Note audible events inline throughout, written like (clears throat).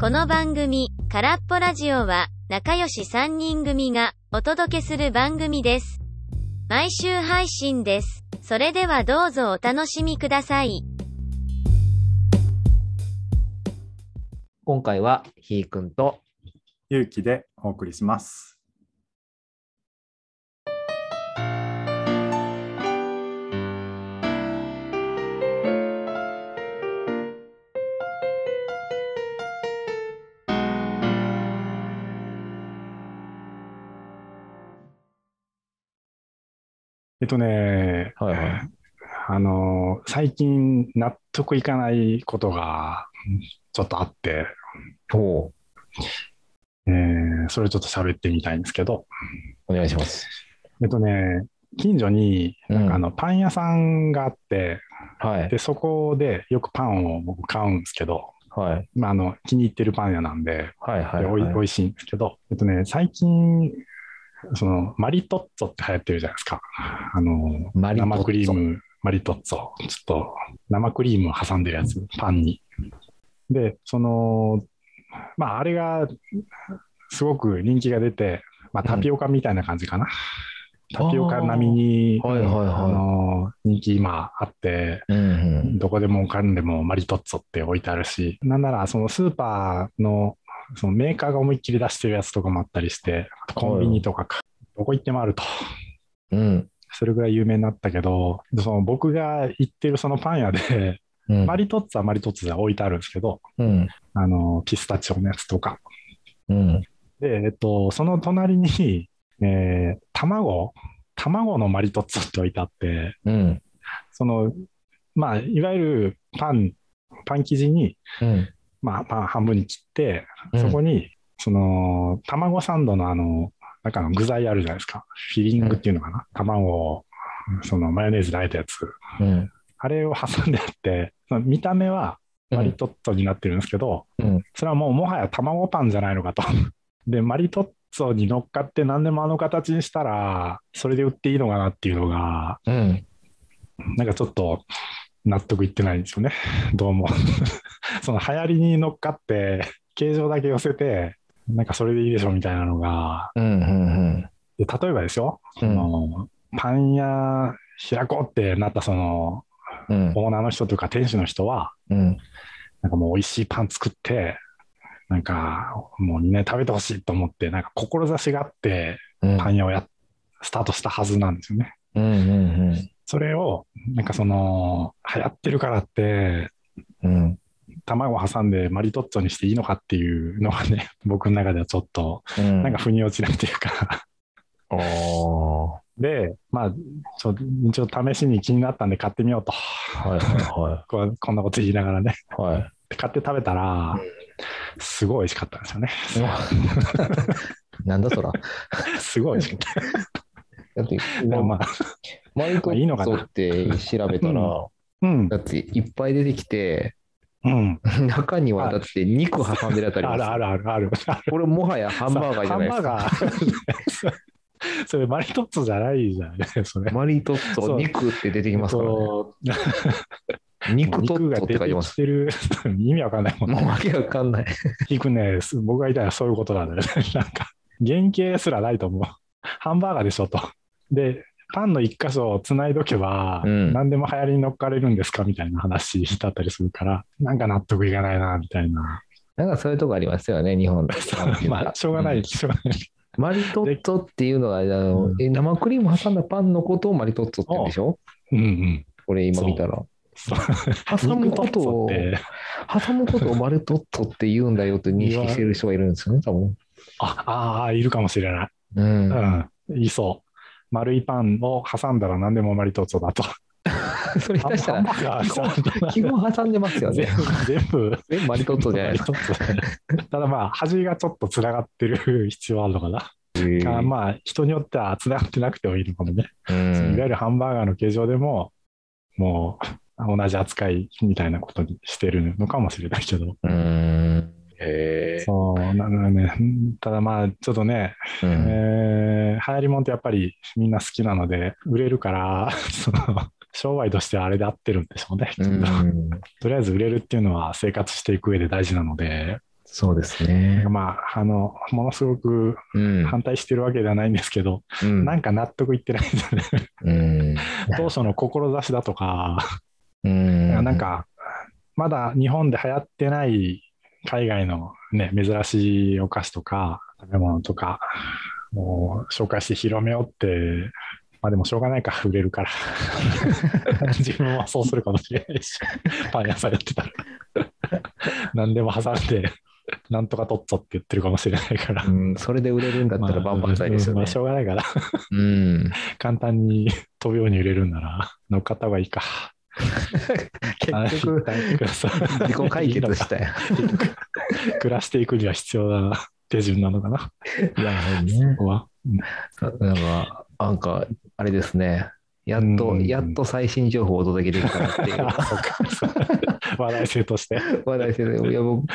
この番組、空っぽラジオは、仲良し3人組がお届けする番組です。毎週配信です。それではどうぞお楽しみください。今回はひーくんとゆうきでお送りします。えっとね、はいはいあの最近納得いかないことがちょっとあって、おえーそれちょっと喋ってみたいんですけど、お願いします。えっとね、近所にうんあのパン屋さんがあって、はいでそこでよくパンを僕買うんですけど、はいまあ、あの気に入ってるパン屋なんで、はいはいでおいはい美味しいんですけど、えっとね、最近そのマリトッツォって流行ってるじゃないですかあのマリトッツォ生クリームマリトッツォちょっと生クリームを挟んでるやつパンにでそのまああれがすごく人気が出て、まあ、タピオカみたいな感じかな、タピオカ並みにあーはいはいはいあの人気今あってうんうんどこでもかんでもマリトッツォって置いてあるし、なんならそのスーパーのそのメーカーが思いっきり出してるやつとかもあったりして、あとコンビニとかか、どこ行ってもあると。うんそれぐらい有名になったけど、その僕が行ってるそのパン屋で、うんマリトッツォはマリトッツォで置いてあるんですけど、うんあの、ピスタチオのやつとか。うんで、えっと、その隣に、えー卵、卵のマリトッツォって置いてあって、うんその、まあ、いわゆるパン、パン生地に、うんまあ、パン半分に切って、うんそこに、その、卵サンドのあの、中の具材あるじゃないですか。フィリングっていうのかな。卵を、その、マヨネーズで和えたやつ。うんあれを挟んであって、 (laughs) その見た目はマリトッツォになってるんですけど、うんそれはもうもはや卵パンじゃないのかと。 (laughs) で、マリトッツォに乗っかって何でもあの形にしたら、それで売っていいのかなっていうのが、うんなんかちょっと納得いってないんですよね、 (laughs) どうも。その流行りに乗っかって、形状だけ寄せて、なんかそれでいいでしょみたいなのが、うんうんで例えばですよ、うあんのパン屋開こうってなったそのうんオーナーの人とか店主の人は、うんなんかもう美味しいパン作って、なんかもうみんなに食べてほしいと思って、なんか志があって、うんパン屋をやスタートしたはずなんですよね。うんうんそれを、なんかその、流行ってるからって、うん卵を挟んでマリトッツォにしていいのかっていうのがね、 (laughs) 僕の中ではちょっと、うんなんか腑に落ちないというか。あーで、まあ、ちょ一応試しに気になったんで買ってみようと。はいはこうこんなこと言いながらね。いはいはいで買って食べたら、すごい美味しかったんですよね。うわなんだそら (laughs) すごい美味しかった。だってでもまあ、マリトまあいいのッかツなォって調べたらうんだ、っていっぱい出てきて (laughs) うん。中にはだって肉挟んでるやつありあまするよあるあるある。これもはやハンバーガーじゃないですか。ハンバーガー。それマリトッツォじゃないじゃんね、それ。マリトッツそォ、う肉って出てきますからね。と肉ト肉ッがツォって書出いててまきす。てる意味わかんないもんもうわけわかんない。聞くね、す僕が言いたいのはそういうことなんだよね。なんか、原型すらないと思う。ハンバーガーでしょと。で、パンの一箇所をつないどけば、うん何でも流行りに乗っかれるんですかみたいな話だったりするから、なんか納得いかないな、みたいな。なんかそういうとこありますよね、日本の (laughs) まあ、しょうがない、しょうがない。マリトッツォっていうのは、あのうんえ生クリーム挟んだパンのことをマリトッツォって言うんでしょうんうん。これ今見たら。そう挟む肉トこッツとォをっ、て、挟むことをマリトッツォって言うんだよって認識してる人がいるんですよね、多分。ああー、いるかもしれない。うん。うん、いそう。丸いパンを挟んだら何でもマリトッツォだと。 (laughs) それ下手したハンら、バーガー挟んだら基本挟んでますよ全ね。部、全部全部マリトッツォじゃないですか。マリトッツォだねただまあ、端がちょっとつながってる必要あるのかな。かまあ、人によってはつながってなくてもいいのかもね。うそのんいわゆるハンバーガーの形状でも、もう同じ扱いみたいなことにしてるのかもしれないけど。うん。へそうなんだね。ただまあ、ちょっとね、え。うんえー流行りもんってやっぱりみんな好きなので売れるから (laughs) その商売としてはあれで合ってるんでしょうね、きっとうんとりあえず売れるっていうのは生活していく上で大事なのでそうですね。まあ、あの、ものすごくうん。反対してるわけではないんですけど、うんなんか納得いってないんですよ (laughs) ね。うん。当初の志だとか、うん。なん、か、まだ日本で流行ってない海外のね、珍しいお菓子とか、食べ物とか、もう紹介して広めようって、まあでもしょうがないか、売れ (laughs) るから。自分はそうするかもしれないし、パン屋さんやってたら。何でも挟んで、なんとか取っぞって言ってるかもしれないから。うん、それで売れるんだったらまバあンバン剤ですよまねあ、。しょうがないから、うん。簡単に飛ぶように売れるんなら、乗っかった方がいいか。結局、 (laughs) 自自己解決したよ。暮らしていくには必要な (laughs) 手順なのかな、なるほどねここは。うんなんか、なんか、あれですね。やっと、うんやっと最新情報をお届けできたな (laughs) っていあうそうかそう話題性として。話題性で、いや、僕現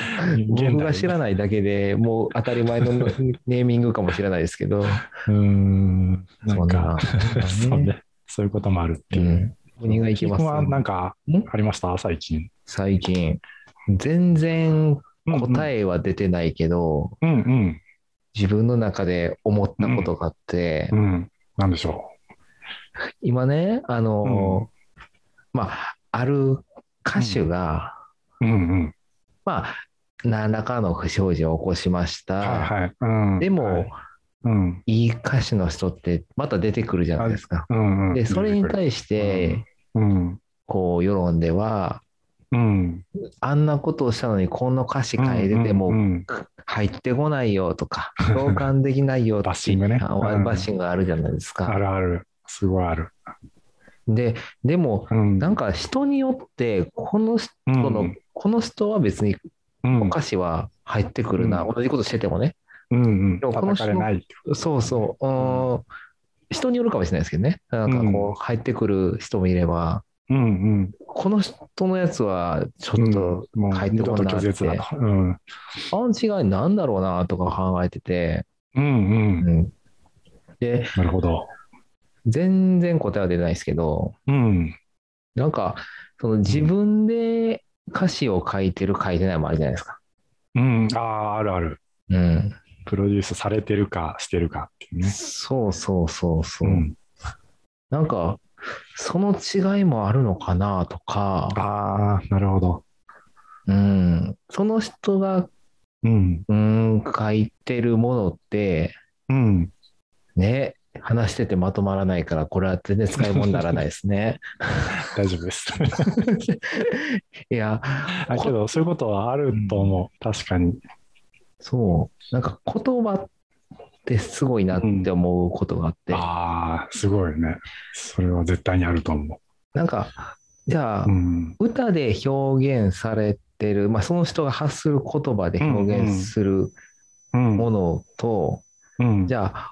代僕が知らないだけでもう当たり前のネーミングかもしれないですけど、うーん、なんか、そんな (laughs) そうねね、そういうこともあるってういんう。、鬼がいきます君はなんかんありました最近。最近、全然え。答えは出てないけど、うんうん。自分の中で思ったことがあって、うん。なんでしょ今ね、あのーまあ、ある歌手が、う。うんうん。まあ、何らかの不祥事を起こしました。はいはい。うん、でも、はい、うんい、い歌手の人ってまた出てくるじゃないですか。うんうん。で、それに対し出てて、くるうん。こう、世論では、うん。あんなことをしたのにこの歌詞変えててうんうもんうん入ってこないよと (laughs) か、共感できないよってバッシングねあうんバッシングがあるじゃないですあか。るある。すごいある。で、でも、うん。なんか人によってこの人うんの、この人は別にうんお菓子は入ってくるな、う同じことしててもねうんうん。でもこの叩かれないってことそうそう、うーん、人によるかもしれないですけどねなんかうんこう入ってくる人もいれば、うんうん。この人のやつはちょっと、もう帰って二こ度んとなって拒絶だと。うん。うんあの違いなんだろうなとか考えてて、うん。うんでなるほど。全然答えは出ないですけどうん。なんかその自分で歌詞を書いてる書いてないもあるじゃないですか。うん。ああ、あるある。うん、プロデュースされてるかしてるかっていうね。そうそうそうそう。うん。なんか、その違いもあるのかなとか、ああ、なるほど。うん、その人が、うん。うん、書いてるものって、うん。ね、話しててまとまらないから、これは全然使い物にならないです (laughs) ね。大丈 (laughs) 夫です。いや、あけど、そういうことはあると思う。確かに。そう、なんか言葉ってすごいなって思うことがあって、ああ、すごいね。それは絶対にあると思なんか、じゃあ、う。うん。歌で表現されてる、まあ、その人が発する言葉で表現するうん。ものと、うんじゃあ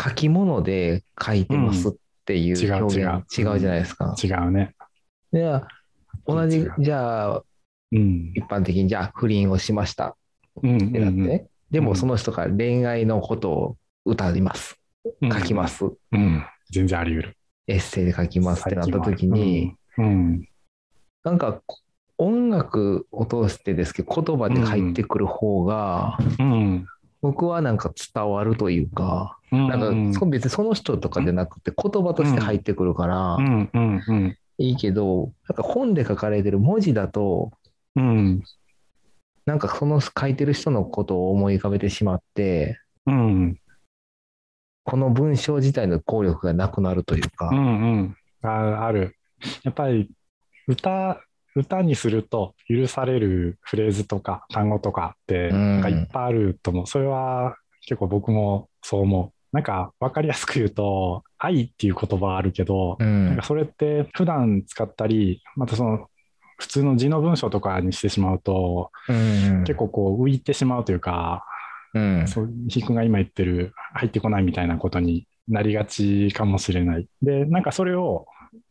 書き物で書いてますっていううん表現、違う違う違うじゃないですか。違うね。じゃあ同違じうじゃあうん。一般的にじゃあ不倫をしましたうん。ってなって、うんでもその人から恋愛のことを歌いますうん書きます、うん。全然あり得る。エッセイで書きますってなった時に、うん。うんなんか音楽を通してですけど言葉で入ってくる方が、うん。僕はなんか伝わるというか,、なんかそ別にその人とかじゃなくて言葉として入ってくるから。うんうんうんいいけど、なんか本で書かれてる文字だと、うんなんかその書いてる人のことを思い浮かべてしまって、うんこの文章自体の効力がなくなるといううか、んうんああるやっぱり歌歌にすると許されるフレーズとか単語とかってうんなんかいっぱいあると思うそれは結構僕もそう思うなんか分かりやすく言うと「愛」っていう言葉あるけど、うなんんか、それって普段使ったりまたその普通の字の文章とかにしてしまうとうん、結構こう浮いてしまうというかうん、そう、ひくんが今言ってる、入ってこないみたいなことになりがちかもしれない。で、なんかそれを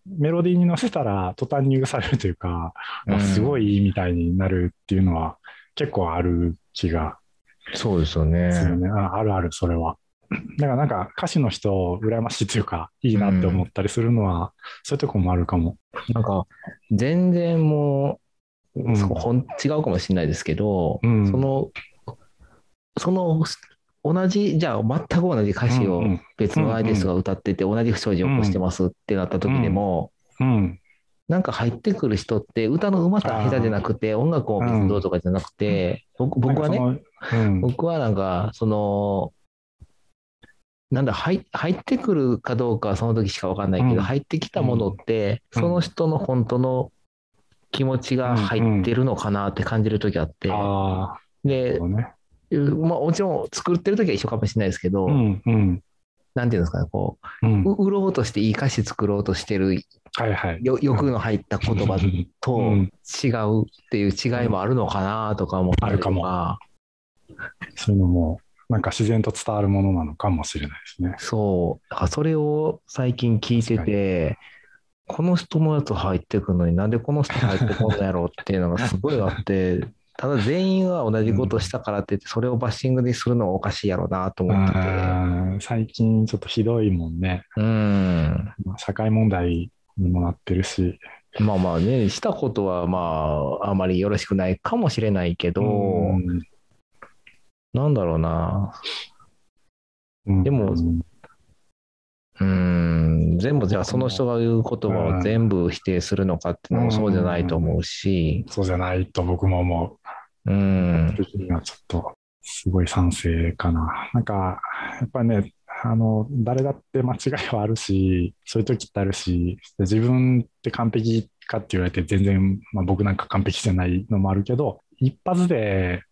メロディーに乗せたら、途端に許されるというか、うんすごいいいみたいになるっていうのは、結構ある気がそうですよね。するね。ああるある、それは。だからなんか歌手の人、羨ましいというか、いいなって思ったりするのは、そういうとこもあるかも。なんか、全然もう、うんそうほん違うかもしれないですけど、うんそのその同じじゃあ全く同じ歌詞をうんうん別のアーティストが歌ってて同じ不祥事を起こしてますってなった時でも、うん。なんか入ってくる人って歌の上手さ下手じゃなくて音楽を別にどうとかじゃなくて、僕僕はねなんかその。うん。僕はなんか、その、なんだ入、入ってくるかどうかはその時しか分かんないけど、うん入ってきたものって、うんその人の本当の気持ちが入ってるのかなって感じる時あって、ああ、で、そうね。まあ、もちろん作ってる時は一緒かもしれないですけど、うんうん。なんていうんですかね、こうんう、。う売ろうとしていい歌詞作ろうとしてるはいはい。よ欲の入った言葉とうん違うっていう違いもあるのかなとか思ったりとか、うんあそういうのも、なんか自然と伝わるものなのかもしれないですね。そう。だからそれを最近聞いてて、この人のやつ入ってくるのになんでこの人入ってこんのやろうっていうのがすごいあ (laughs) って、ただ全員が同じことしたからって言って、それをバッシングにするのはおかしいやろうなと思ってて。うん最近ちょっとひどいもんね。うん。社会問題にもなってるし。まあまあね、したことはまあ、あまりよろしくないかもしれないけど、うんなんだろうな。うんでもうんうん。全部じゃあその人が言う言葉を全部否定するのかっていうのもそうじゃないと思うし、そうじゃないと僕も思う。うん。的にはちょっと、すごい賛成かな。なんか、やっぱね、あの、誰だって間違いはあるし、そういう時ってあるし、で自分って完璧かって言われて全然、まあ、僕なんか完璧じゃないのもあるけど、一発で、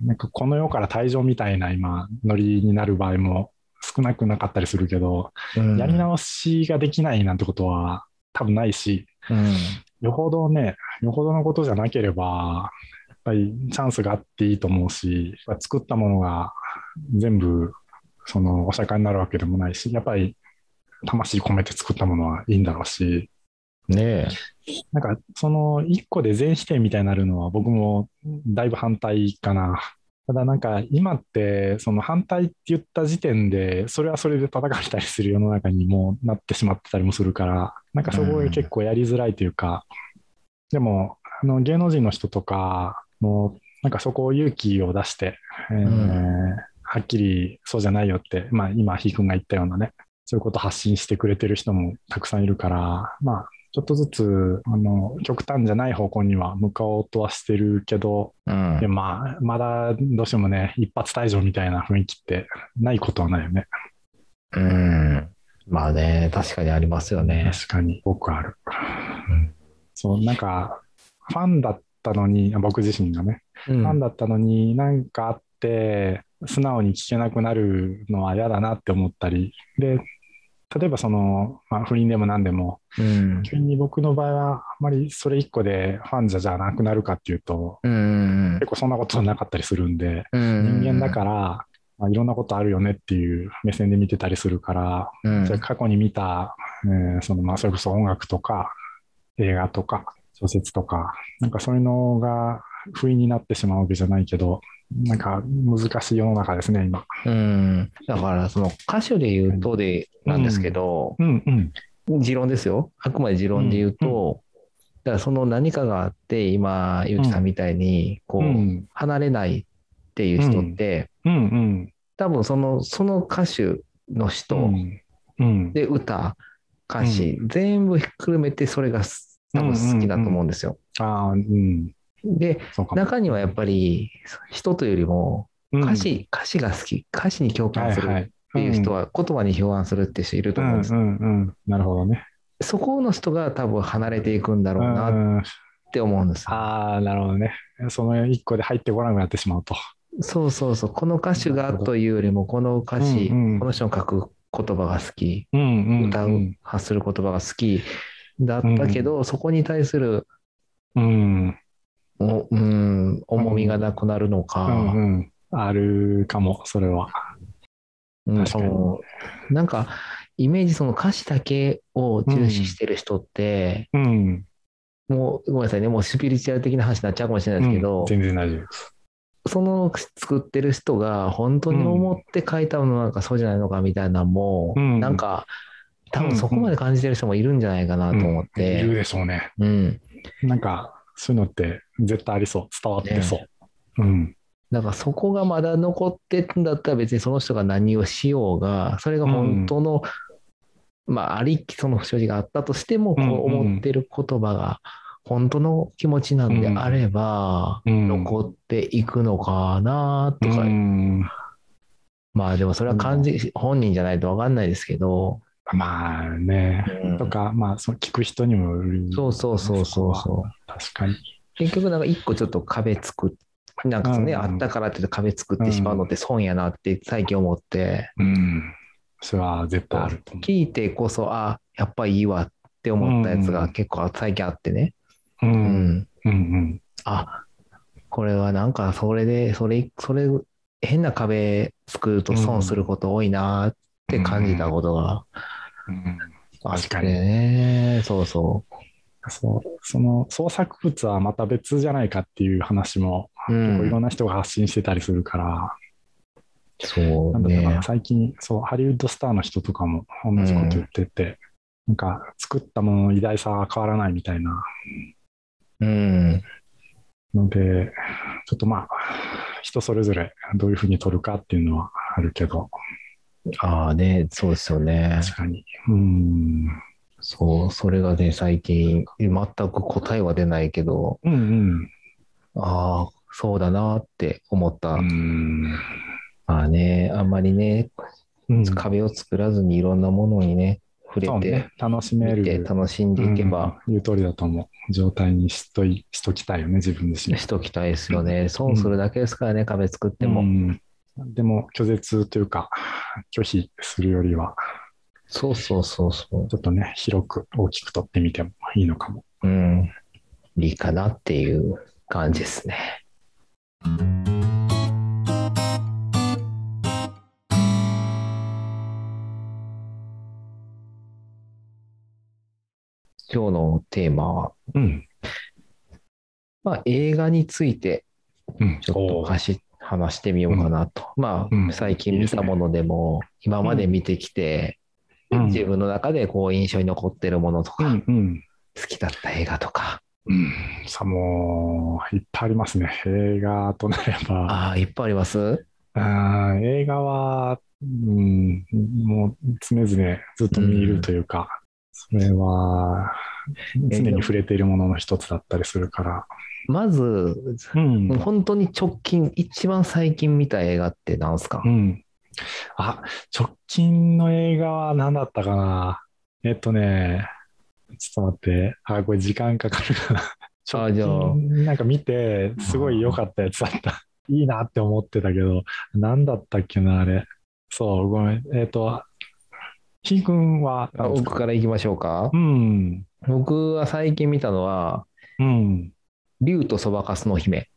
なんかこの世から退場みたいな今、ノリになる場合も少なくなかったりするけど、やり直しができないなんてことは多分ないし、うんよほどね、よほどのことじゃなければ、やっぱりチャンスがあっていいと思うし、やっぱ作ったものが全部、その、お釈迦になるわけでもないし、やっぱり、魂込めて作ったものはいいんだろうし、ねなんか、その、一個で全否定みたいになるのは、僕もだいぶ反対かな。ただなんか、今って、その反対って言った時点で、それはそれで戦ったりする世の中にもなってしまってたりもするから、なんかそこが結構やりづらいというか、でも、あの芸能人の人とかの、なんかそこを勇気を出して、えーうんはっきりそうじゃないよって、まあ、今、ひーくんが言ったようなね、そういうこと発信してくれてる人もたくさんいるから、まあ、ちょっとずつあの極端じゃない方向には向かおうとはしてるけど、え。うでん。もまあ、まだどうしてもね、一発退場みたいな雰囲気ってないことはないよね。うん。まあね、確かにありますよね。確かに、僕ある。うんそう、なんか、ファンだったのに、僕自身がね、うんファンだったのになんかあって素直に聞けなくなるのは嫌だなって思ったりで例えばその、まあ、不倫でも何でもうん。急に僕の場合はあまりそれ一個でファンじゃじゃなくなるかっていうとうん結。構そんなことなかったりするんで人人間だから、まあ、いろんなことあるよねっていう目線で見てたりするからら、うんそれ過去に見た、えーそのまあ、それこそ音楽とか映画とか小説とかなんかそういうのが不意になってしまうわけじゃないけどなんか難しい世の中ですね今。うん。だから、その歌手で言うとで、なんですけど、うんうん持論ですよ。あくまで持論で言うと、だからその何かがあって、今、ゆうきさんみたいに、こうう、ん離れないっていう人って、うんうん多分その、その歌手の人、うんうんで歌歌詞、全部ひっくるめてそれがす多分好きだと思うんですよ。あーうんでそうかも中にはやっぱり人というよりもうん歌詞、歌詞が好き歌詞に共は感いするはっいていう人は言葉に共感するって人いるとう思うんんです、うんうんなるほどね。そこの人が多分離れていくんだろううなんって思うんです、ああなるほどね。その一個で入ってこなくなってしまうと。そうそうそうこの歌手ながるほどというよりもこの歌詞、うんうんこの人の書く言葉が好きうんうん歌う、発する言葉が好きだったけど、そこに対するうんおうん、重みがなくなるのか、うんうんあるかもそれは。うん確かにそうなんかイメージその歌詞だけを重視してる人って、うんもうごめんなさいねもうスピリチュアル的な話になっちゃうかもしれないですけど、うん全然大丈夫です。その作ってる人が本当に思って書いたものなんかそうじゃないのかみたいなのも、うんなんか多分そこまで感じてる人もいるんじゃないかなと思っうんいるて、でしょうね。うんなんか、そういうのって絶対ありそう。伝わってそう。うん。だからそこがまだ残ってんだったら別にその人が何をしようが、それが本当の、まあ、ありきその不祥事があったとしても、こうんううん思ってる言葉が本当の気持ちなんであれば、うん残っていくのかなとか、うんまあでもそれは感じ、本人じゃないと分かんないですけど、まあね。とか、まあ、その聞く人にもよるそうそうそうそうそこはそう。確かに。結局なんか一個ちょっと壁作っなんかそのね、うんあったからって言って壁作ってしまうのって損やなって最近思って、うん。それは絶対あると思聞いてこそあやっぱいいわって思ったやつが結構最近あってね、う。う。うんうんうん。あこれはなんかそれでそれそれ変な壁作ると損すること多いなって感じたことがうんあって確かにね、そうそそうその創作物はまた別じゃないかっていう話も、う、う結構いろん、んな人が発信してたりするから、そうなんだろうねな最近そう、ハリウッドスターの人とかも同じこと言ってて、なんか作ったものの偉大さは変わらないみたいなうんので、ちょっとまあ、人それぞれどういうふうに取るかっていうのはあるけど、ああねそうですよね確かに。うん。そう、それがね、最近、全く答えは出ないけど、うんうん。ああ、そうだなって思った。うん。まあね、あんまりね、うん壁を作らずにいろんなものにね、触そうれてね、、楽しめ見てる。楽しんでいけば、うん、言う通りだと思う。状態にしといしときたいよね、自分自身。しときたいですよね。損するだけですからね、壁作ってうも。んでも、拒絶というか、拒否するよりは、そうそうそうそちょっとね、広く大きく取ってみてもいいのかも。う。うん。いいかなっていう感じですね。今日のテーマは、うん。まあ、映画についてうん。ちょっとおーはし話してみようかなと。まうんあ、最近見たものでも、今まで見てきて、うん自分の中でこう印象に残ってるものとうか、んうん。好きだった映画とか、うん。さあ、もう、いっぱいありますね。映画となれば。ああ、いっぱいありますあー映画は、うん、もう常々ずっと見るというか、それは、常に触れているものの一つだったりするから。まず、うん本当に直近、一番最近見た映画って何すかうん。あ、直近の映画は何だったかなえっとね、ちょっと待って。あ、これ時間かかるかな。あじゃあ直近なんか見て、すごい良かったやつだった。いいなって思ってたけど、何だったっけな、あれ。そう、ごめん。えっと、ひーくんはあ何です僕かから行きましょうかう。ん。僕は最近見たのは、うん。竜とそばかすの姫。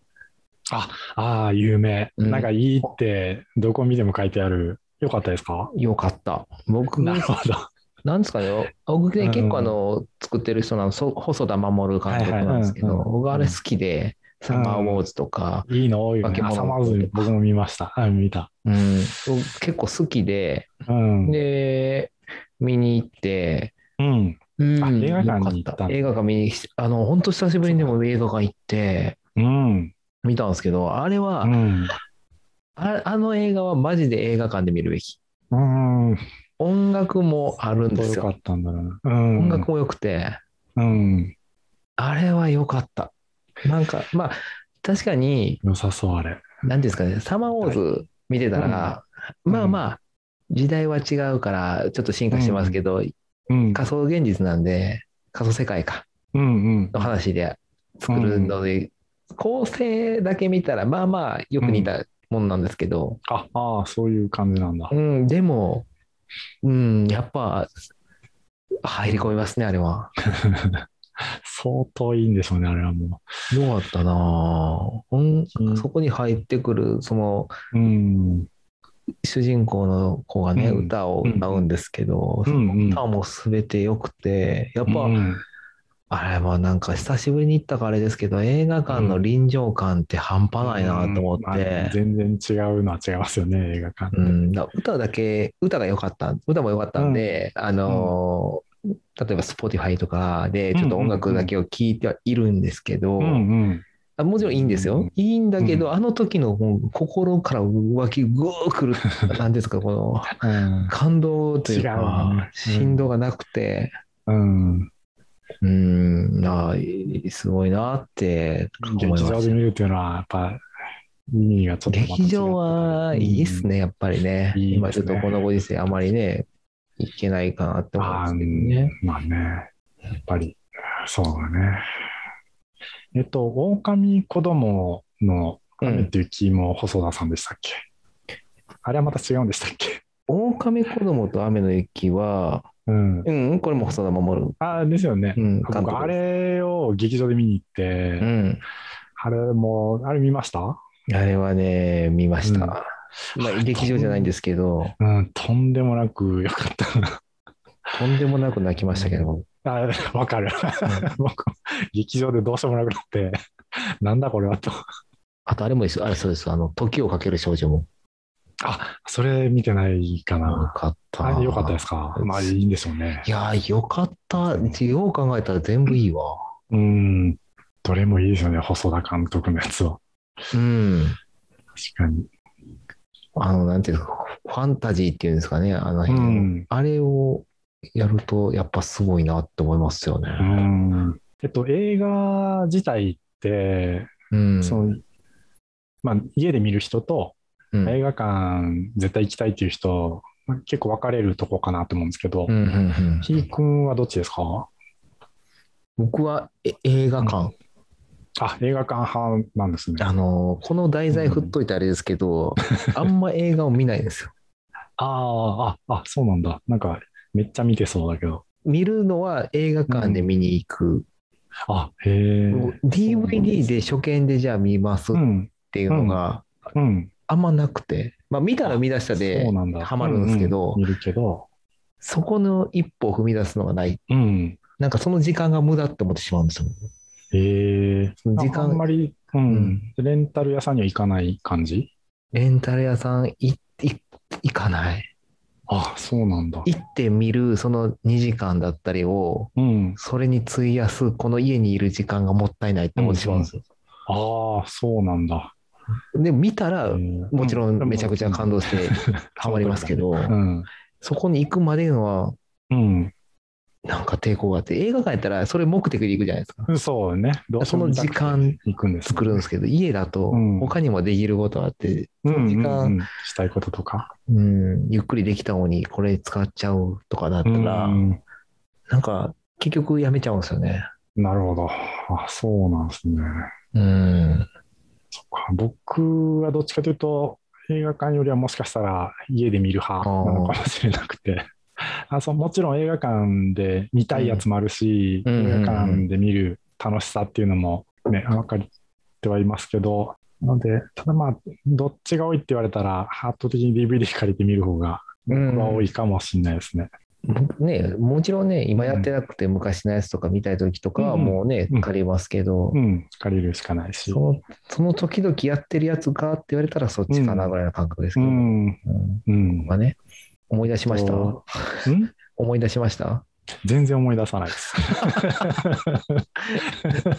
ああ、有名。うんなんかいいって、どこ見ても書いてある。良かったですかよかった。僕、ななるほど。んですかね、僕うね、ん結構あの、作ってる人なの、そ細田守監督なんですけはいど、はいうんうん僕あれ好きで、サマーウォーズとか、いいの多いよね。化け朝物まず僕も見ました。はい、見た。うん、僕結構好きで、うん。で、見に行って、うん。うんあ映画館に行ったよか映画館見に来て、あの、本当久しぶりにでも映画館行ってうん。見たんですけど、あれは、うん。ああの映画はマジで映画館で見るべき。うん。音楽もあるんですよかよ。ったんだろうな。うん。音楽も良くて、うん。あれは良かった。なんか、まあ、確かに、良さそう、あれ。何ですかね、サマーウォーズ見てたら、うんまあまあ、時代は違うから、ちょっと進化してますけど、うん。仮想現実なんで、仮想世界か。うんうんの。話で作るので、構成だけ見たらまあまあよく似たもんなんですけど、ああー、そういう感じなんだ (laughs) う。んでも、うん、やっぱ入り込みますねあれは。相当いいんでしょうね、あれはもよかったなあ、うんうんそこに入ってくるそのう。うん。主人公の子がね、うん歌を歌うんですけど、うんうんその歌も全て良くてやっぱ、うんあれはなんか久しぶりに行ったからあれですけど映画館の臨場感って半端ないなと思って。うんあ全然違うのは違いますよね、映画館う。ん、だ歌だけ、歌が良かった、歌も良かったんで、あのー例えば Spotify とかでちょっと音楽だけを聴いてはいるんですけど、うんうん。あもちろんいいんですよ、うんいいんだけど、うあの時のもう心から浮気ぐーくるなんですかこ (laughs) のうん感動という違うかねうん振動がなくてうん。うんあーすごいなって思い劇ま場すで見るっていうのは、やっぱ、意味がちょっとまた違う劇場はいいっすね、やっぱりね。いいですね今ちょっとこのご時世あまりね、行けないかなって思うんあですけどーね。まあね、やっぱり、そうだね。えっと、狼子供の雨っていうキーも細田さんでしたっけ、あれはまた違うんでしたっけ狼子供と雨の雪は、うん。うん、これも細田守る。ああ、ですよねう。ん、監僕、督あれを劇場で見に行って、うん。あれも、あれ見ましたあれはね、見ました。うんまあ、劇場じゃないんですけど、うん、とんでもなく良かったな。とんでもなく泣きましたけど、 (laughs) あわかる。 (laughs) 僕、劇場でどうしようもなくなって、なんだこれはと。あとあれもですよ、あれそうです、あの、時をかける少女も。あ、それ見てないかよな。かった。あれ良かったですか。まあいいんでしょうねい。やー、よかった。よう考えたら全部いいわ。うん。どれもいいですよね、細田監督のやつは。うん。確かに。あの、なんていうんですか、ファンタジーっていうんですかね、あの辺の、うんあれをやると、やっぱすごいなって思いますよね。うん。えっと、映画自体って、うん。その、まあ家で見る人と、うん。映画館絶対行きたいっていう人、まあ結構分かれるとこかなと思うんですけどうん、うんうんひーくんはどっちですか僕はえ映画館、あ、映画館派なんですね。あのこの題材振っといてあれですけど、あんま映画を見ないんですよ。ああ、あ、そうなんだ。なんか、めっちゃ見てそうだけど。見るのは映画館で見に行く、あ、へえ。 DVD で初見でじゃあ見ますっうん、ていうのがうん。あんまなくて、まあ、見たら見出したでそうなんだ。ハマるんですけどうう見るけど、そこの一歩を踏み出すのがないうん。なんかその時間が無駄って思ってしまうんですよ。へえ。時間あんまり、うん、レンタル屋さんには行かない感じレンタル屋さんいい行かない。あ、そうなんだ。行ってみるその2時間だったりを、うん。それに費やすこの家にいる時間がもったいないって思ってしまうんですよ。ああ、そうなんだ。で、見たら、ももちろんめちゃくちゃ感動してハマりますけ (laughs) ど、うん。そこに行くまでのは、うん。なんか抵抗があって、映画館やったらそれ目的で行くじゃないですか。そうね。どうしてそもの見た時くて間行くんです。作るんですけど、家だとうん他にもできることがあって、うん、時時間間。したいこととか。うん、ゆっくりできたのにこれ使っちゃうとかだったら、うんなんか結局やめちゃうんですよね。なるほど。あ、そうなんですね。うん。そっか僕はどっちかというと、映画館よりはもしかしたら家で見る派なのかもしれなくて。あそうもちろん映画館で見たいやつもあるし、うん映画館で見る楽しさっていうのも、ね、分かってはいますけど、なので、ただまあ、どっちが多いって言われたら、圧倒的に DVD 借りて見る方が、僕は多いかもしれないですね。ね、もちろんね、今やってなくて昔のやつとか見たい時とかはうんもうね、うん借りますけど、うん、借りるしかないしそ。のその時々やってるやつがって言われたらそっちかなぐらいの感覚ですけうど、ん、うんうん。まあね、思い出しました。そうん思い出しま (laughs) した。全然思い出さな (laughs) いです。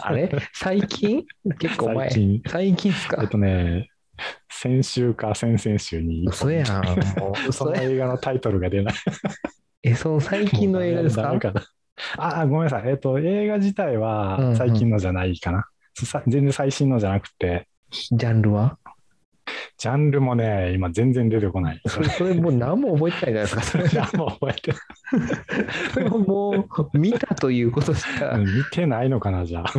あれ最近結構前。 (laughs) 最最近近、ですえっかとね、先週か先々週に、嘘やん。 (laughs) もう嘘そのやん映画のタイトルが (laughs) 出ない。え、その最近の映画ですダかメなああ、ごめんなさい。えっと、映画自体うんうはん最近のじゃないかな。さ全然最新のじゃなくて、ジャンルはジャンルもね、今全然出てこない。それそれもう何も覚えてないじゃないですか。そ (laughs) れいやもう覚 (laughs) えてそれをもう見たということしなかい、見てないのかな、じゃあ。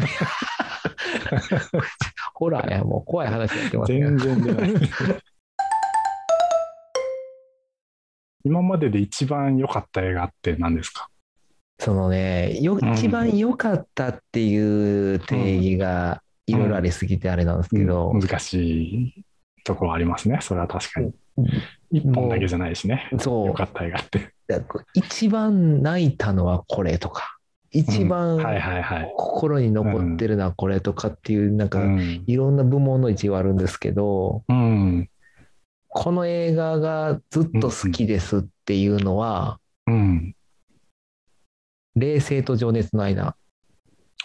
ホラーや、もう怖い話やってますね。全然出ない。今までで一番良かった映画って何ですかそのね、よん一番良かったっていう定義がいろいろありすぎてあれなんですけど、難しいところはありますね。それは確かに。一本だけじゃないしね。そようか、った映画って。一番泣いたのはこれとか、一はい番はいはい。心に残ってるのはこれとかっていう、なんうか、ん。いろんな部門の一位はあるんですけど、うん。この映画がずっと好きですっていうのは、うん。冷静と情熱の間。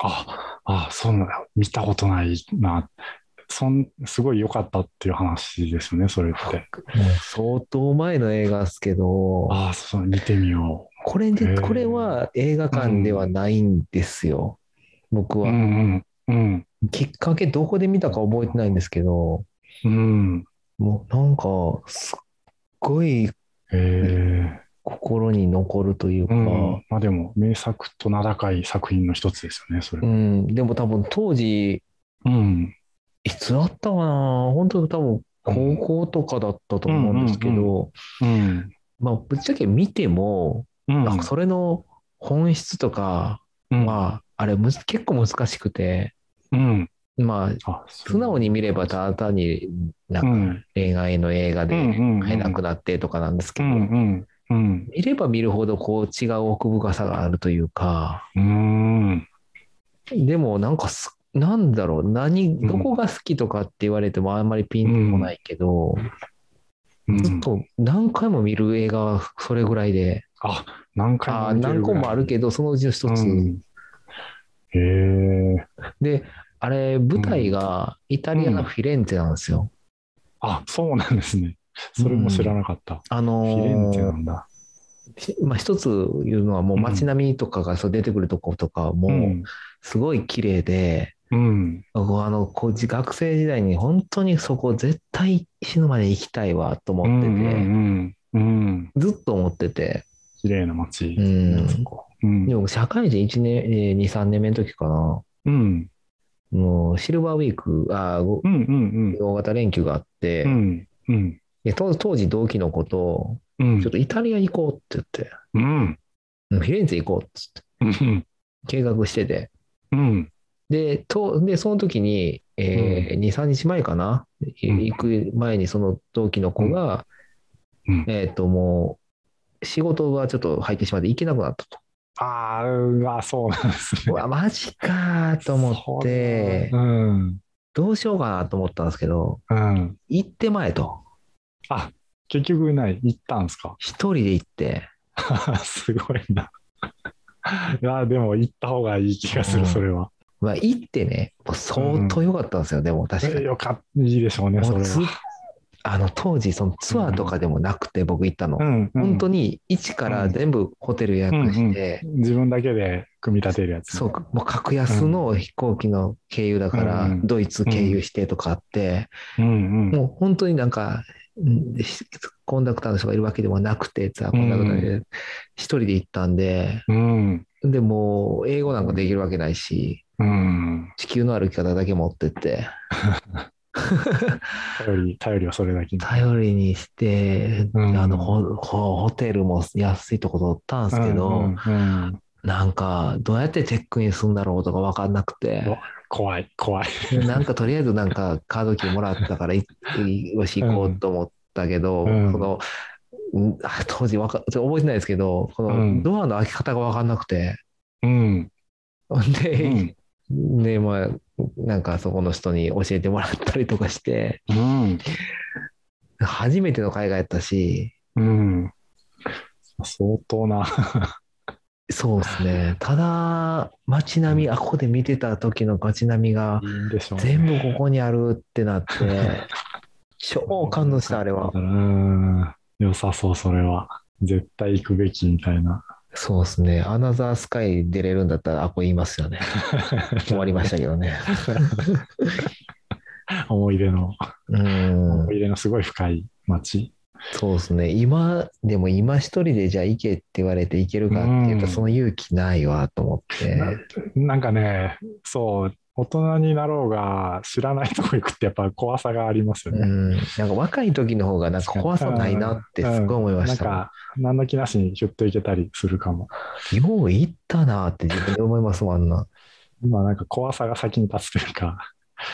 あ、あ、そうなんだ。見たことないな。そん、すごい良かったっていう話ですよね、それ (laughs) っもて。う相当前の映画ですけど、ああ、そう、見てみよこれで、へーこれは映画館ではないんですよ。僕う。うは。んうん。きっかけどこで見たか覚えてないんですけど、うん。うん。もうなんか、すっごいへえ。心に残るというか、うん、まあでも名作と名高い作品の一つですよね、それうは。ん、でも多分当時、うん。いつあったかな本当多分高校とかだったと思うんですけど、うんうんうん。まあ、ぶっちゃけ見ても、うん。なんかそれの本質とかうんは、あれむず、結構難しくて、うん。まあ、あ、そう素直に見ればただ単になうんかん。恋愛の映画うでん。会えなくなってとかなんですけうど、ん。うん。見れば見るほどこう違う奥深さがあるというか、うん。うん。でもなんかす、なんだろう、何、んどこが好きとかって言われてもあんまりピンとこないけど、うんずっと何回も見る映画はそれぐらいで、あ、何回あもー見て何る個ぐらい。もあるけど、そのうちの一つ。うんへえ。で、あれ、舞台がイタリアのフィレンツェなんですよ。あ、そうなんですね。それも知らなかった。あフィレのンツェなーんだ。まあ、一つ言うのは、もう街並みとかがそう出てくるとことかうも、ん。すごい綺麗で、うん。僕あの、こうじ学生時代に本当にそこ絶対死ぬまで行きたいわと思うん。うってて、ん。うん。ずっと思ってて、綺麗な街。うんそこうんで。も社会人1年、えー2、3年目の時かな、うん。もうシルバーウィーク、あーごうん。うん。大型連休があって、うん。うん。で当当時同期の子と、うんちょっ。とイタリア行こうって言って、うん。うんフィレンツェ行こうっつってうん。計画してて。うん。で、とでその時に、えー2、3日前かな、いうん行く前にその同期の子が、うんえっ、と、もう、仕事がちょっと入ってしまって行けなくなったと。ああ、うわ、そうなんですね。うわ、マジかーと思ってそ、ううん。どうしようかなと思ったんですけど、うん。行って前と。結局ない、行ったんですか一人で行って、 (laughs) すごいな。いや、でも行った方がいい気がすうんる、それは。まあ、行ってね、もう相当良かったんですよ、でも確かに。よかった、いいでしょうね、そもれうずは。あの当時、そのツアーとかでもなくて、僕行ったの。うん、うん本当に一から全部ホテル予約して、自分だけで組み立てるやつ。そうか、もう格安の飛行機の経由だから、うんドイツ経由してとかあって、うんうん。もう本当になんか、うんしコンダクターの人がいるわけでもなくて、ツアーコンダクターで、一人で行ったんで、うん。でもう英語なんかできるわけないし、うん。地球の歩き方だけ持ってって、頼り、頼りはそれだけに。頼りにして、うんあのホホホテルも安いとこ取ったんですけど、うんうんうんなんかどうやってチェックインするんだろうとか分かんなくて。怖い、怖い。 (laughs) なんかとりあえずなんかカードキーもらったからいいよし行こうと思ったけど、うんそのうんあ当時わかちょ覚えてないですけどこうのんドアの開き方が分かんなくて、うん。で、でまあなんかそこの人に教えてもらったりとかしてうん。初めての海外やったしうん。相当な。そうですねただ街並みあここで見てた時の街並みがいいんでしょうね全部ここにあるってなって (laughs) 超感動したあれは。うん。良さそう、それは。絶対行くべきみたいな。そうですね。アナザースカイ出れるんだったら、あ、これ言います (laughs) よね。終わりましたけどね。思い出の、うん思。い出のすごい深い街。そうですね。今、でも今一人でじゃあ行けって言われて行けるかっていうと、うんその勇気ないわと思って。なんかね、そう、大人になろうが知らないとこ行くってやっぱ怖さがありますようね。ん。なんか若い時の方がなんか怖さないなってすごい思いまなしんた。か、何の気なしにひゅっと行けたりするかも。よう行ったなって自分で思いますもん、あんな。今なんか怖さが先に立つというか、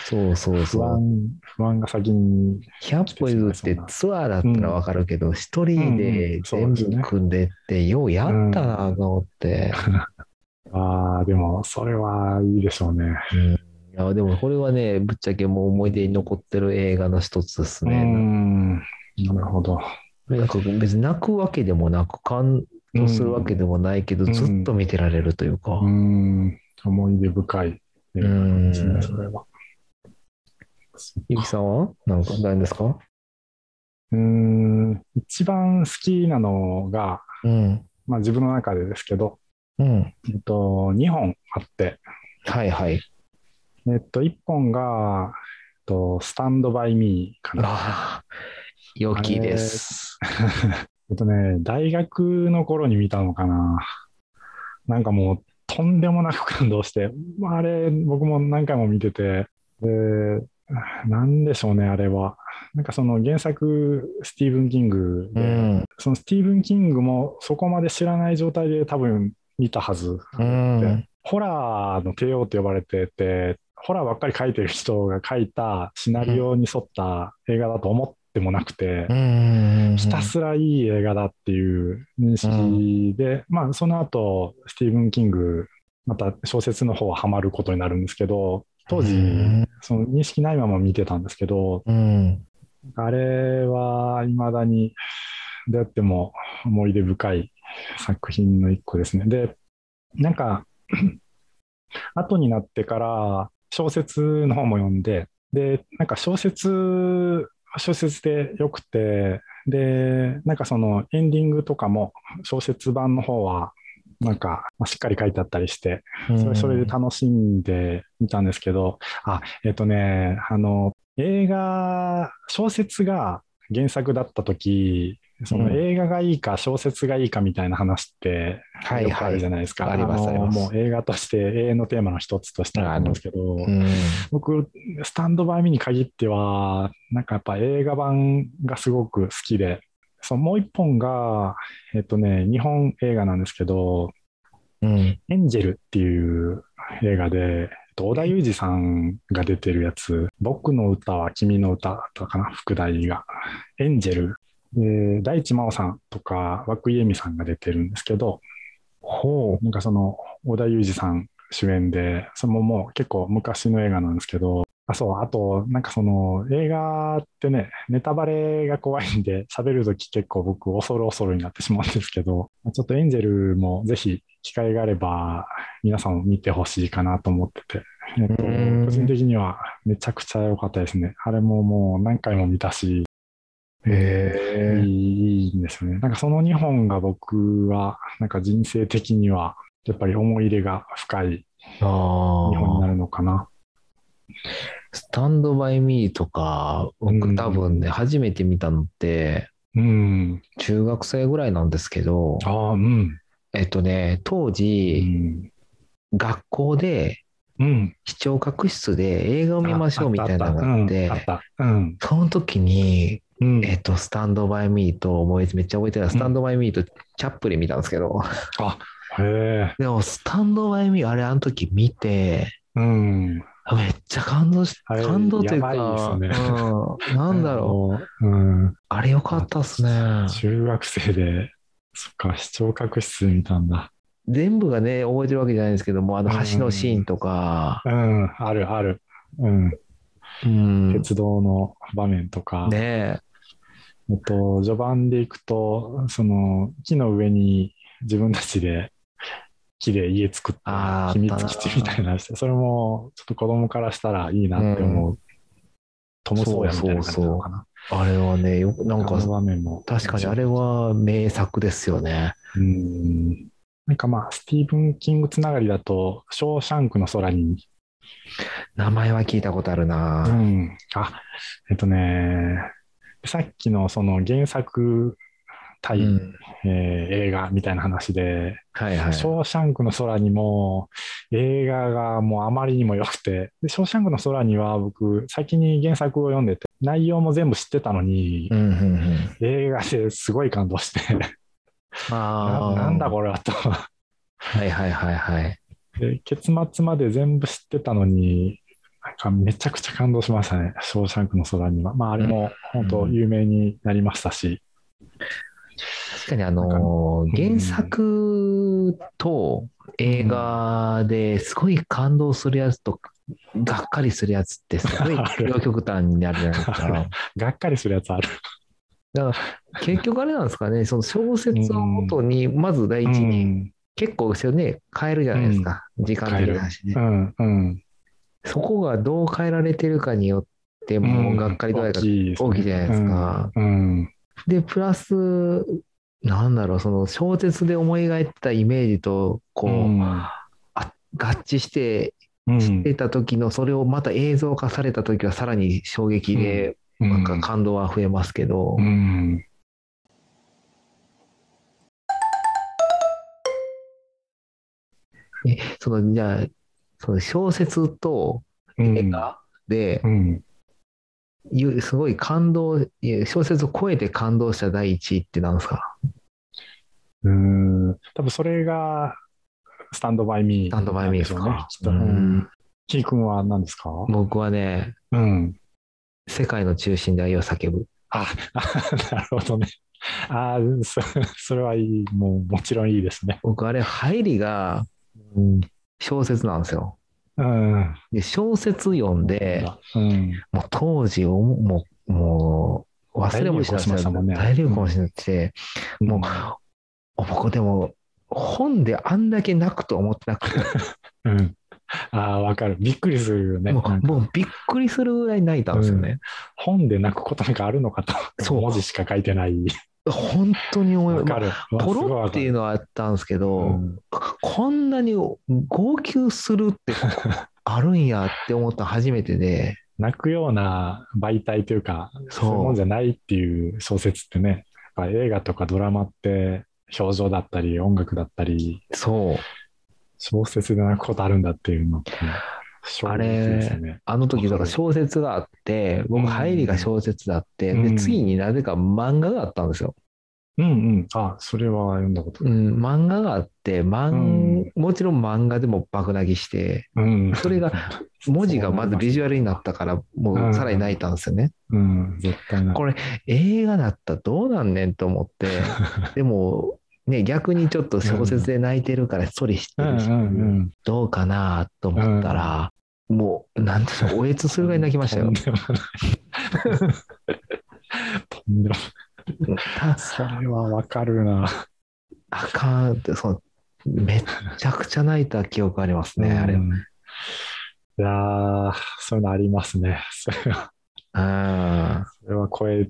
そうそう不そう。安、不安が先に、 100歩譲ってツアーだったらわかるけど、一人で全部組んでって、ようやったなと思って。ああ、でもそれはいいでしょうね。うんいやでもこれはね、ぶっちゃけもう思い出に残ってる映画の一つですうね。ん、なるほど。なんか別に泣くわけでもなく、感とするわけでもないけど、うんずっと見てられるというかう、ん、思い出深い映画なんですうね、んそれは。そっゆきかさんはなんかないんですかうん、一番好きなのが、うん。まあ自分の中でですけど、うん。えっと、2本あって、はいはい。えっと、1本が、えっと、スタンドバイミーかな。ああ、良きです。えっとね、大学の頃に見たのかな。なんかもう、とんでもなく感動して、まああれ、僕も何回も見てて、で、なんでしょうね、あれは。なんかその原作、スティーブン・キングうで、ん。そのスティーブン・キングもそこまで知らない状態で多分見たはず。うん。ホラーの帝王と呼ばれてて、ホラーばっかり書いてる人が書いたシナリオに沿った映画だと思ってもなくて、うん。ひたすらいい映画だっていう認識で、まあその後、スティーブン・キング、また小説の方はハマることになるんですけど、当時、うんその認識ないまま見てたんですけど、うん。あれは未だに出会っても思い出深い作品の一個ですね。で、なんか、 (clears throat) 後になってから小説の方も読んで、で、なんか小説、小説でよくて、で、なんかそのエンディングとかも小説版の方は、なんかまあしっかり書いてあったりして、それそれで楽しんでみたんですけど、あ、えっ、とね、あの、映画、小説が原作だった時、そうのん映画がいいか小説がいいかみたいな話ってはよいくあはるじゃい。ないですか。ありますのありますもう映画として永遠のテーマの一つとしてあるんですけど、うん。僕、スタンドバイミーに限っては、なんかやっぱ映画版がすごく好きで、そのもう一本が、えっ、とね、日本映画なんですけど、うん。エンジェルっていう映画で、えっと織田裕二さんが出てるやつ、僕の歌は君の歌だったかな、副題が。エンジェル。で大地真央さんとか、涌井絵美さんが出てるんですけど、ほなんかその、織田裕二さん主演で、それももう結構昔の映画なんですけど、あ、そう、あと、なんかその、映画ってね、ネタバレが怖いんで、喋るとき結構僕、恐る恐るになってしまうんですけど、ちょっとエンジェルもぜひ、機会があれば、皆さんも見てほしいかなと思ってて、えっと、うん個人的にはめちゃくちゃ良かったですね。あれももう何回も見たし、う。いへえ。いいいんですよね。なんかその2本が僕は、なんか人生的には、やっぱり思い入れが深いあ2本にあな。るのかな。スタンドバイミーとか、うん僕多分ね、初めて見たのって、うん。中学生ぐらいなんですけど、ああ、うん。えっとね、当う時、ん。学校で、うん。視聴覚室で映画を見ましょうみたいなのがあっあて、った。うん。その時に、うん。えっと、スタンドバイミーと思い、めっちゃ覚えてるのはスタンドバイミーとチャップリン見たんですけど、あ、へえ。でも、スタンドバイミー、あれ、あの時見て、うん。めっちゃ感動し、あれ感動というやばか、いですねうん、なんだ (laughs) ろう、う。うん。あれよかったっすね。中学生で、そっか、視聴覚室見たんだ。全部がね、覚えてるわけじゃないんですけども、あの橋のシーンとか、うん。あるある。うん。うん、ね鉄道の場面とか。え、えっと、序盤でいくと、その、木の上に自分たちで木で家作ってあー、秘あ密ったな基地みたいなのして、それも、ちょっと子供からしたらいいなって思う。トム・ソーヤみたいな感じなのかな。あれはね、よくなんあかの、場面も。確かにあれは名作ですよね。うん。なんかまあ、スティーブン・キングつながりだと、ショーシャンクの空に、名前は聞いたことあるうな。ん。あ、えっとね、さっきのその原作対、うんえー映画みたいな話で、はいはい。ショーシャンクの空にも映画がもうあまりにも良くて、でショーシャンクの空には僕、先に原作を読んでて、内容も全部知ってたのにう、んうんうん。映画ですごい感動して、あなあ。なんだこれはと。はいはいはいはい。で結末まで全部知ってたのに、なんかめちゃくちゃ感動しましたね、ショーシャンクの空には。まあ、あれも本当有名になりましたし。確かにあのー、うん原作と映画ですごい感動するやつと、がっか (laughs) りするやつってすごい両極端になるじゃないですあるか。がっかりするやつある。だから結局あれなんですかね、その小説をもとに、まず (laughs) 第一に、結構ですよね、変えるじゃないですか、時間的な話ねう。んうんそこがどう変えられてるかによって、もうがっかり度合いがい大きいじゃないですか。うんで、プラス、なんだろう、その小説で思い描いてたイメージと、こう、合致してうん出た時の、それをまた映像化された時は、さらに衝撃で、うんなんか感動は増えますけど、うんえその、じゃあ、その小説とうん映画でう、んゆすごい感動、いや小説を超えて感動した第一位ってなんですかうーん多分それが、スタンドバイミー。スタンドバイミーですねか。きっとうね。んキー君は何ですか僕はね、うん。世界の中心で愛を叫ぶ。あ、あなるほどね。あそそれはいい。もう、もちろんいいですね。僕、あれ、入りがうん。小説なんですよ。うん。で、小説読んで、うん。もう当時を、もう、もう、忘れもしなく大流行しましたもんねて、大流行しなくて、もう、僕でも、本であんだけ泣くと思ってなくて、うん、うん。あわかる。びっくりするよね。もなんうかもうびっくりするぐらい泣いたんですよね。本で泣くことなんかあるのかと。そう文字しか書いてない。本当に思いまわす。かる。ポロっていうののはあったんですけど、うんこんなに号泣するって (laughs) あるんやって思った初めてで、泣くような媒体というか、そうそういうもんじゃないっていう小説ってね、やっぱ映画とかドラマって表情だったり音楽だったり、そう、小説で泣くことあるんだっていうのって、衝撃ですね。あの時だから小説があって、うん僕、入りが小説だって、うでん次になぜか漫画があったんですよ。うんうん。あ、それは読んだことうない。ん、漫画があって、漫うんもちろん漫画でも爆泣きして、うん。それが、文字がまずビジュアルになったから、もうさらに泣いたんですよね。うん、絶対なこれ、映画だったらどうなんねんと思って、でも、ね、逆にちょっと小説で泣いてるから、そりしてうんるし、うんどうかなと思ったら、もう、なんでしょう、おえつすうるん。ぐらい泣きましたよ。とんでもない。とんでもないたそれはわかるな。あかんって、その、めっちゃくちゃ泣いた記憶ありますね、あれ。ううんいやーそういうのありますね。それはん。それは超え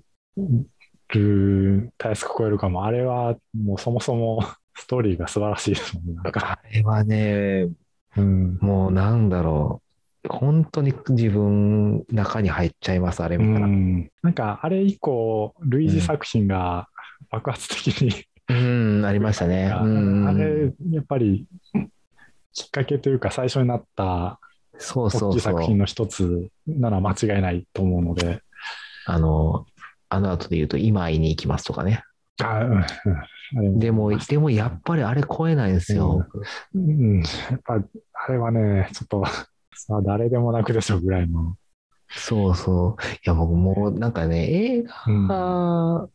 る、たやすく超えるかも。あれはもうそもそもストーリーが素晴らしいですもんね。なんか、あれはね、うん。もうなんだろう。本当に自分中に入っちゃいます、あれう見たら。んなんか、あれ以降、類似作品が爆発的に、うん、ありましたね。うん、あれ、やっぱり、きっかけというか、最初になったそうそ大きいうそ作う品。の一つなら間違いないと思うので、あの、あの後で言うと、今会いに行きますとかね。あうんうんあれもでも、でもやっぱりあれ超えないんですよ。うん、やっぱ、あれはね、ちょっと、さあ、誰でもなくでしょぐらいの。そうそう。いや、僕もうなんかね、映画うん、が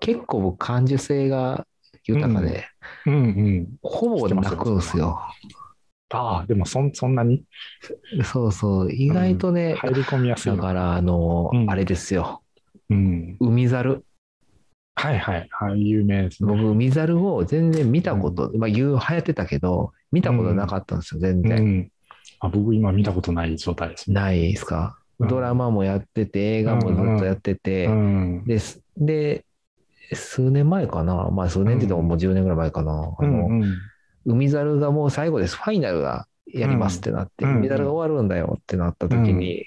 結構僕感受性が豊かで、うん、うん。ほぼ泣くんですよ。ああ、でもそん、そんなにそうそう。意外とね、入り込みやすいだのか。から、あの、うんあれですよ。うん。海猿。はいはい。はい、有名ですね。僕、海猿を全然見たこと、まあ、言う、流行ってたけど、見たことなかったんですよ、全う然。ん。あ僕、今見たことない状態ですね。ないですか。うんドラマもやってて、映画もずっとやってて、うん。です。で、数年前かな。まあ数年って言ってももう10年ぐらい前かな。うあのんうん。海猿がもう最後です。ファイナルがやりますってなって、うんうん海猿が終わるんだよってなった時に、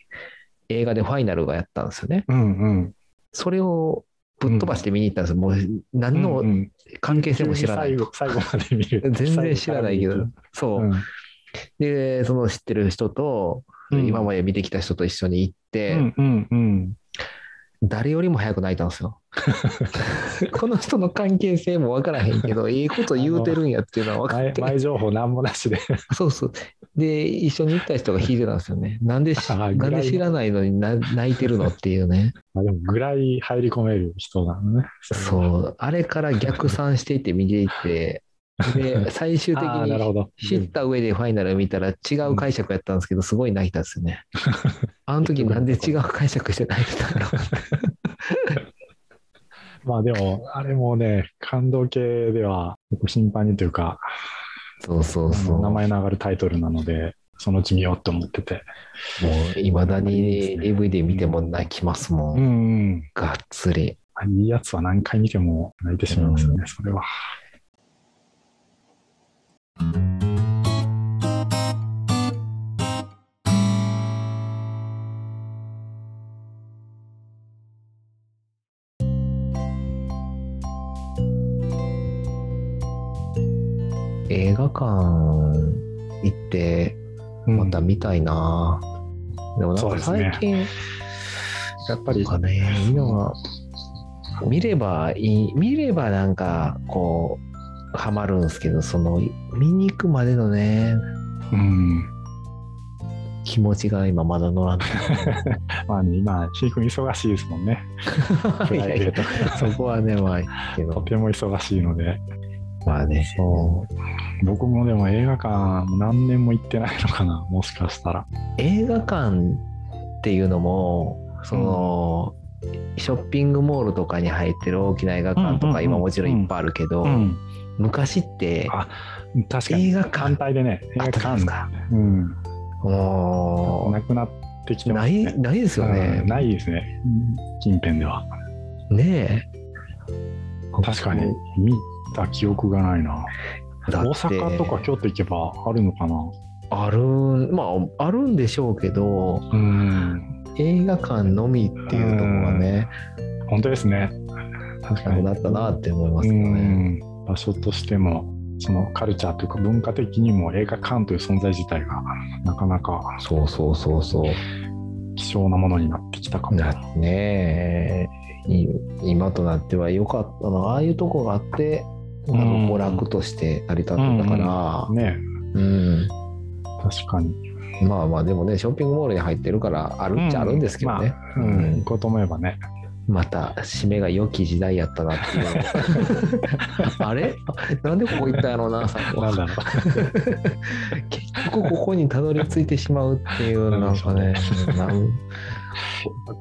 映画でファイナルがやったんですよね。うんうん。それをぶっ飛ばして見に行ったんです。もう何うのんうん関係性も知らない。急に最後、最後まで見 (laughs) る。全然知らないけど。そうう。ん。で、その知ってる人と、うん今まで見てきた人と一緒に行っうて、んうんうん。誰よりも早く泣いたんです (laughs) よ。この人の関係性も分からへん (laughs) けど、いいこと言うてるんやっていうのは分か前って、前情報なんもなしで。 (laughs) そうそう。で、一緒に行った人が弾いてたんですよ (laughs) ね。なんでし、あなーんで知らないのにな泣いてるのっていうね。まあでも、ぐらい入り込める人なのね。 (laughs) そう。あれから逆算していって見ていって、 (laughs) で、最終的ああ、なるにほど。知った上でファイナル見たら違う解釈やったんですけど、すごい泣いたんですよ (laughs) ね。あの時なんで違う解釈して泣いてたんだろう。まあでも、あれもね、感動系では、結構頻繁にというか、 (laughs) そうそうあそのう。名前の上がるタイトルなので、そのうち見ようと思ってて。もう、いまだに DVD 見ても泣きますもん。うん、うんがっつり。あ。いいやつは何回見ても泣いてしまいますよね、うそれは。映画館行って、うんまた見たいな、でもなんそうかですね最近、やっぱりなんかね、いいのが、見ればいい、見ればなんか、こう、ハマるんですけど、その、見に行くまでのね、うん。気持ちが今まだ乗らない。まあね、今、ひーくん忙しいですも (laughs) んね。プライベートがそこはね、まあいいけとど、ても忙しいので。まあね、そう。僕もでも映画館、何年も行ってないのかな、もしかしたら。映画館っていうのもその、ショッピングモールとかに入ってる大きな映画館とうんうんうかん今もちろんいっぱいあるけど、うん。昔ってあ確かに。映画単館体でね、映あ画ったじゃないで館す。かうん。もなくなってきうてまなすね。いないですよねうんないですね。近辺では。ねえ確かに、見た記憶がないな。だ大って阪とか京都行けばあるのかな。あるまああるんでしょうけどうん。映画館のみっていうところがね本当ですね。確かなくに。なったなって思いますようねん。場所としても、そのカルチャーというか文化的にも映画館という存在自体がなかなかそうそうそうそう希少なものになってきたかも。だってねい今となっては良かったなああいうとこがあって、うんまあ娯楽として成り立ってたから、ねうん確かに。まあまあでもねショッピングモールに入ってるからあるっちゃあるんですけどね、う、うんん行こうと思えばね。また締めが良き時代やったなっていう (laughs) あれなんでここ行ったんやろうなさっきなんだろ結局ここにたどり着いてしまうっていうなんかねなんう。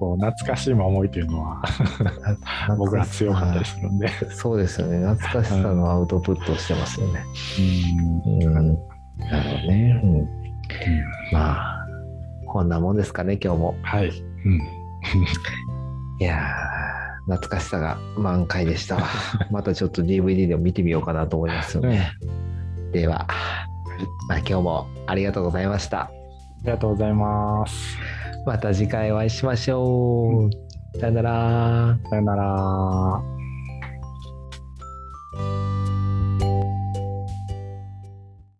こう懐かしい思いという (laughs) のはな僕ら強かったりするんで。そうですよね懐かしさのアウトプットをしてますよね、うんうん、なるほどね、うんまあこんなもんですかね今日もはい。うん。いやー懐かしさが満開で (laughs) したわまたちょっと DVD でも見てみようかなと思いますよね、では、まあ、今日もありがとうございましたありがとうございます。また次回お会いしましょう、さよならさよなら。